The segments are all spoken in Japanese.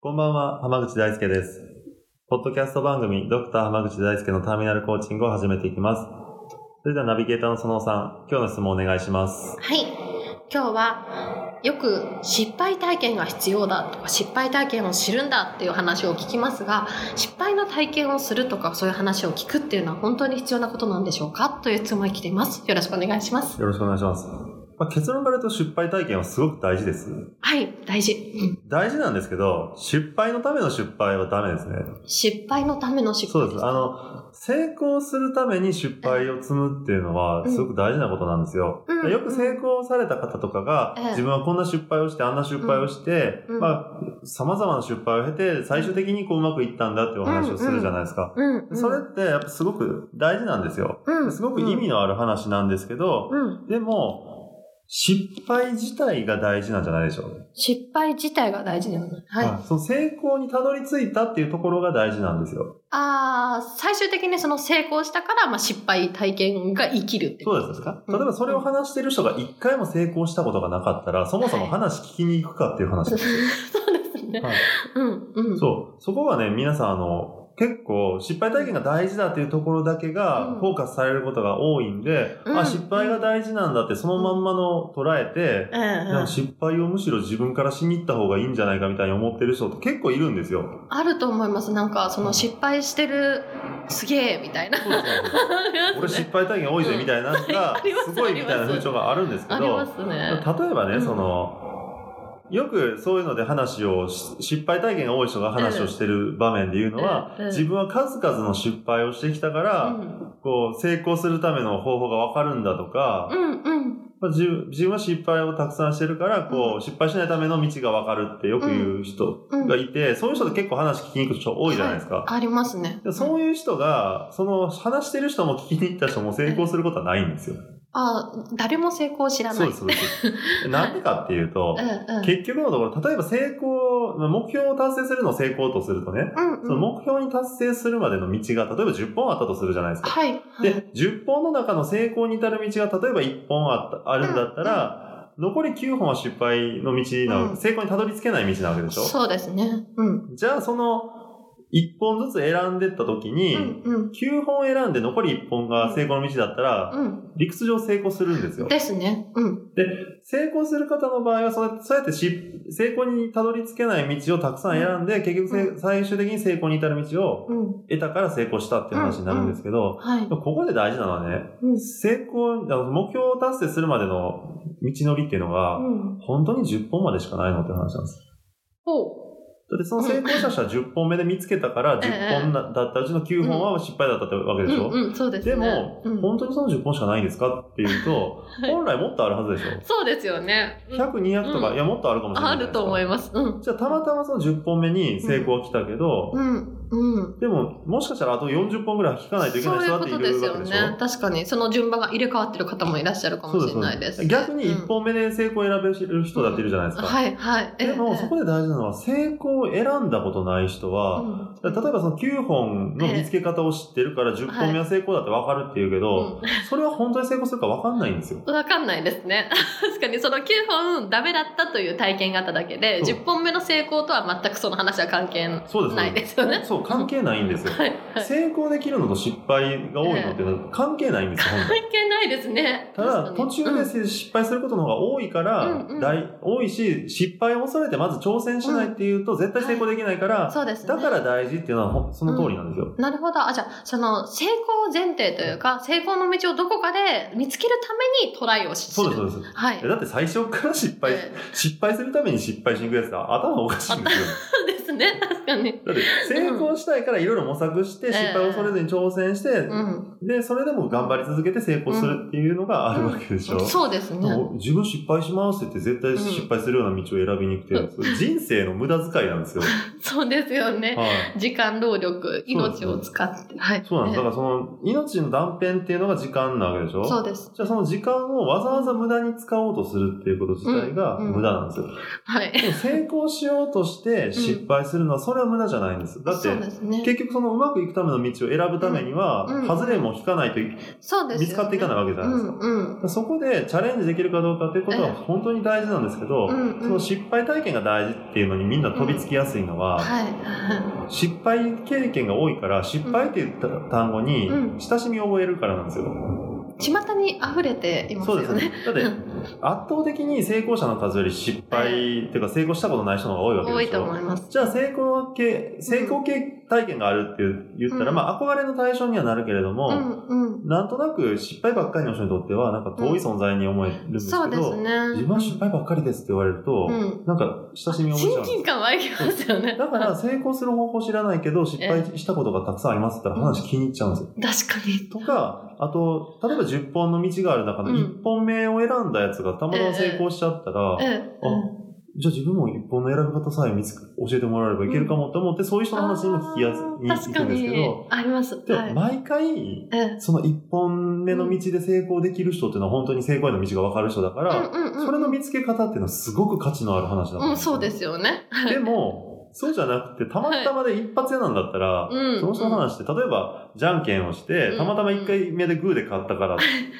こんばんは、浜口大輔です。ポッドキャスト番組、ドクター浜口大輔のターミナルコーチングを始めていきます。それではナビゲーターのそのさん、今日の質問お願いします。はい。今日はよく失敗体験が必要だとか失敗体験を知るんだっていう話を聞きますが失敗の体験をするとかそういう話を聞くっていうのは本当に必要なことなんでしょうかという質問が来ていますよろしくお願いしますよろしくお願いします。まあ、結論から言うと失敗体験はすごく大事です。はい大事うん大事なんですけど、失敗のための失敗はダメですね。失敗のための失そ敗うです。あの、成功するために失敗を積むっていうのは、うんすごく大事なことなんですよ。うんよく成功された方とかが、ええ自分はこんな失敗をして、あんな失敗をして、うんまあ、様々な失敗を経て、最終的にこううまくいったんだっていうお話をするじゃないですか。うんうんそれって、やっぱすごく大事なんですよ。うんすごく意味のある話なんですけど、うん、でも、失敗自体が大事なんじゃないでしょうか。失敗自体が大事なのはい、はいその成功にたどり着いたっていうところが大事なんですよ。あー最終的にその成功したから、まあ、失敗体験が生きるってそうですかうん例えばそれを話してる人が一回も成功したことがなかったら、そもそも話聞きに行くかっていう 話ですよ。そうですね、はいうんうんそう。そこがね、皆さんあの、結構失敗体験が大事だっていうところだけうがんフォーカスされることが多いんで、うんあ、失敗が大事なんだってそのまんまの捉えて、うんうんなんか失敗をむしろ自分からしに行った方がいいんじゃないかみたいに思ってる人って結構いるんですよ。あると思います。なんか、その失敗してる、すげえみたいな。そうですね。俺失敗体験多いぜみたいなの がありま、すすごいみたいな風潮があるんですけ あど、りますね。例えばね、うんその、よくそういうので話をし、失敗体験が多い人が話をしてる場面で言うのは、うんうん自分は数々の失敗をしてきたから、うんこう、成功するための方法がわかるんだとか、うんうんまあ自分自分は失敗をたくさんしてるから、こう、うん失敗しないための道がわかるってよく言う人うんがいて、そういう人って結構話聞きに行く人多いじゃないですか。ありますね。でそういう人が、その話してる人も聞きに行った人も成功することはないんですよ。あ、誰も成功知らそなうい。です、そう です。なんでかっていうと、うんうん結局のところ、例えば成功、まあ目標を達成するのを成功とするとね、うんうんその目標に達成するまでの道が、例えば10本あったとするじゃないですか。はい。はいで、10本の中の成功に至る道が、例えば1本あったあるんだったら、残り9本は失敗の道な、うん成功にたどり着けない道なわけでしょそうですね。うん。じゃあ、その1本ずつ選んでった時に、うんうん9本選んで残り1本が成功の道だったら、うん。理屈上成功するんですよ。ですね。うん。成功する方の場合はその、そうやってし成功にたどり着けない道をたくさん選んで、結局せ、う最終的に成功に至る道をうん。得たから成功したっていう話になるんですけど、はい。ここで大事なのはね、うん成功、あの目標を達成するまでの道のりっていうのが、うん。本当に10本までしかないのって話なんです。ほう。だってその成功者は10本目で見つけたから、10本なだったうちの9本は失敗だったってわけでしょ、うんうん、そうですでね。も、うん本当にその10本しかないんですかっていうと、い本来もっとあるはずでしょそうですよね。うん ?100、200とか、うんいや、もっとあるかもしれなあいじゃないですか。ると思います。うん。じゃあ、たまたまその10本目に成功は来たけど、うん。うん。でも、もしかしたらあと40本ぐらい引かないといけない人だっているわけでしそういうことですよねょ。確かにその順番が入れ替わってる方もいらっしゃるかもしれないです逆に1本目で成功を選べる人だっているじゃないですうんか。はいはいでも、そこで大事なのは、成功を選んだことない人は、例えばその9本の見つけ方を知ってるから10本目は成功だってわかるって言うけど、それは本当に成功するかわかんないんですよ。分かんないですね 確かにその9本ダメだったという体験があっただけでそう10本目の成功とは全くその話は関係なそうですいですよねそう、関係ないんですよ。はいはい成功できるのと失敗が多いのっていうのは関係ないんですよ、本来。関係ないですねただ、途中でです失敗することの方が多いから、うんうん大多いし、失敗を恐れてまず挑戦しないっていうと、絶対成功できないから、そうですねだから大事っていうのはほんその通りなんですよ。なるほど。あ、じゃあ、その、成功前提というか、成功の道をどこかで見つけるためにトライをしそうです、そうす。です。はい。だって最初から失敗、え 失敗するために失敗しに行くやつは頭おかしいんですよ。ーですね確かにだって成功したいからいろいろ模索してうん失敗を恐れずに挑戦して、うんで、それでも頑張り続けて成功するっていうのがあるわけでしょ。そうですねもう自分失敗しますって言って絶対失敗するような道を選びに来て、うんそれ人生の無駄遣いなん ですよ。そうですよねはい。時間労力命を使ってはいそうなんです。だかねらその命の断片っていうのが時間なわけでしょそうですじゃあその時間をわざわざ無駄に使おうとするっていうこと自体がうんうん無駄なんですよ。はいでも成功しようとして失敗するのはそれは無駄じゃないんです。だってそうですね結局そのうまくいくための道を選ぶためには、うんうん外れも引かないといそうですよね見つかっていかないわけじゃないですか。うんうんそこでチャレンジできるかどうかっていうことはええ本当に大事なんですけど、うんうんその失敗体験が大事っていうのにみんな飛びつきやすいのは、は失敗経験が多いから失敗って言った単語にうん親しみを覚えるからなんですよ。い巷に溢れていますそうよですねね。だって圧倒的に成功者の数より失敗、っていうか成功したことない人の方が多いわけ多でいしとょ思。いますじゃあ成功系、成功系体験があるって言ったら、うんまあ憧れの対象にはなるけれどうも、んうんなんとなく失敗ばっかりの人にとってはなんか遠い存在に思えるんですけど、そうですね自分は失敗ばっかりですって言われると、うんなんか親しみを覚えちゃう親んです近感湧きますよねだから成功する方法知らないけど失敗したことがたくさんありますって言ったら話気に入っちゃうんですよ。確かにとか、あと、例えば10本の道がある中のうん1本目を選んだやつがたまたま成功しちゃったら、ええじゃあ自分も1本の選び方さえ見つけ教えてもらえればいけるかもって思って、そういう人の話にも聞きやすにあー聞くんですけど、確かにありますではもい毎回、ええその1本目の道で成功できる人っていうのは本当に成功への道が分かる人だから、うんうんうんそれの見つけ方っていうのはすごく価値のある話だと思。うんんそうですすよねでも、そうじゃなくて、たまたまで一発屋なんだったら、うんその人の話って、例えば、じゃんけんをしてう、んたまたま1回目でグーで買ったから、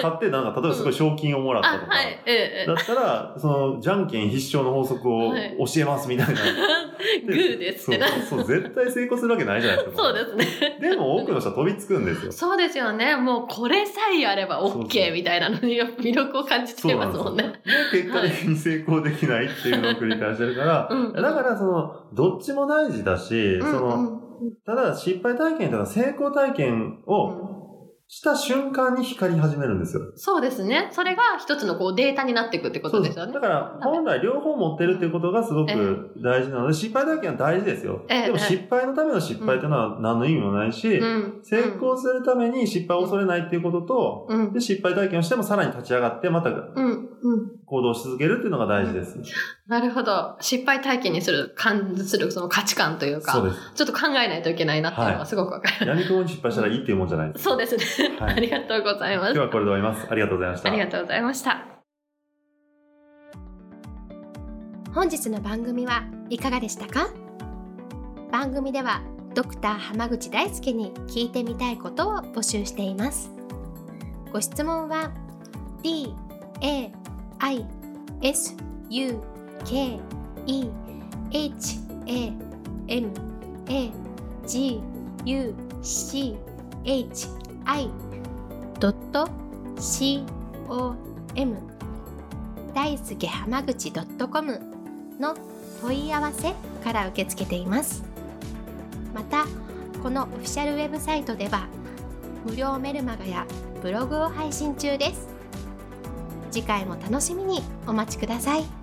買って、なんか、例えばすごい賞金をもらっあたとか、はいえええだったら、その、じゃんけん必勝の法則をはい教えますみたいな。え グーですってなそうそう、絶対成功するわけないじゃないですか。そうですねでも、多くの人は飛びつくん ですよ。そうですよね。もうこれさえあればそうそう OK みたいなのに 魅力を感じちゃいますもんね。で、結果的に成功できないっていうのを繰り返してるから、うんだから、その、どっちも大事だし、その、ただ失敗体験というのは成功体験うんをした瞬間に光り始めるんですよ。そうですね。それが一つのこうデータになっていくってことですよねだ。から本来両方持ってるっていうことがすごえく大事なので失敗体験は大事ですよ。ええでも失敗のための失敗というのは何の意味もないしう、ん成功するために失敗を恐れないっていうことと、うんうんで失敗体験をしてもさらに立ち上がってまたうんうん、行動し続けるっていうのが大事です。なるほど失敗体験にする感じするその価値観というかそうです。ちょっと考えないといけないなっていうのはがすごくわ かる、闇雲に失敗したらいいっていうもんじゃないです。そうですね、はい ありがとうございま今す日はこれで終わります。ありがとうございましたあり。がとうございました本日の番組はいかがでしたか番組ではドクター濱口大輔に聞いてみたいことを募集していますご質問は d a i s u k e h a m a g u c h i c o m 大輔濱口 .com の問い合わせから受け付けていますまたこのオフィシャルウェブサイトでは無料メルマガやブログを配信中です次回も楽しみにお待ちください